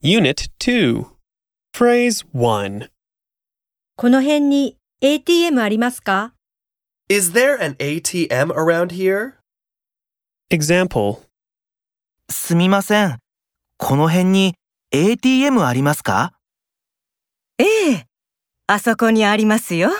Unit 2. Phrase 1. この辺に ATM ありますか Is there an ATM around here? Example. すみません。この辺に ATM ありますかええ、あそこにありますよ。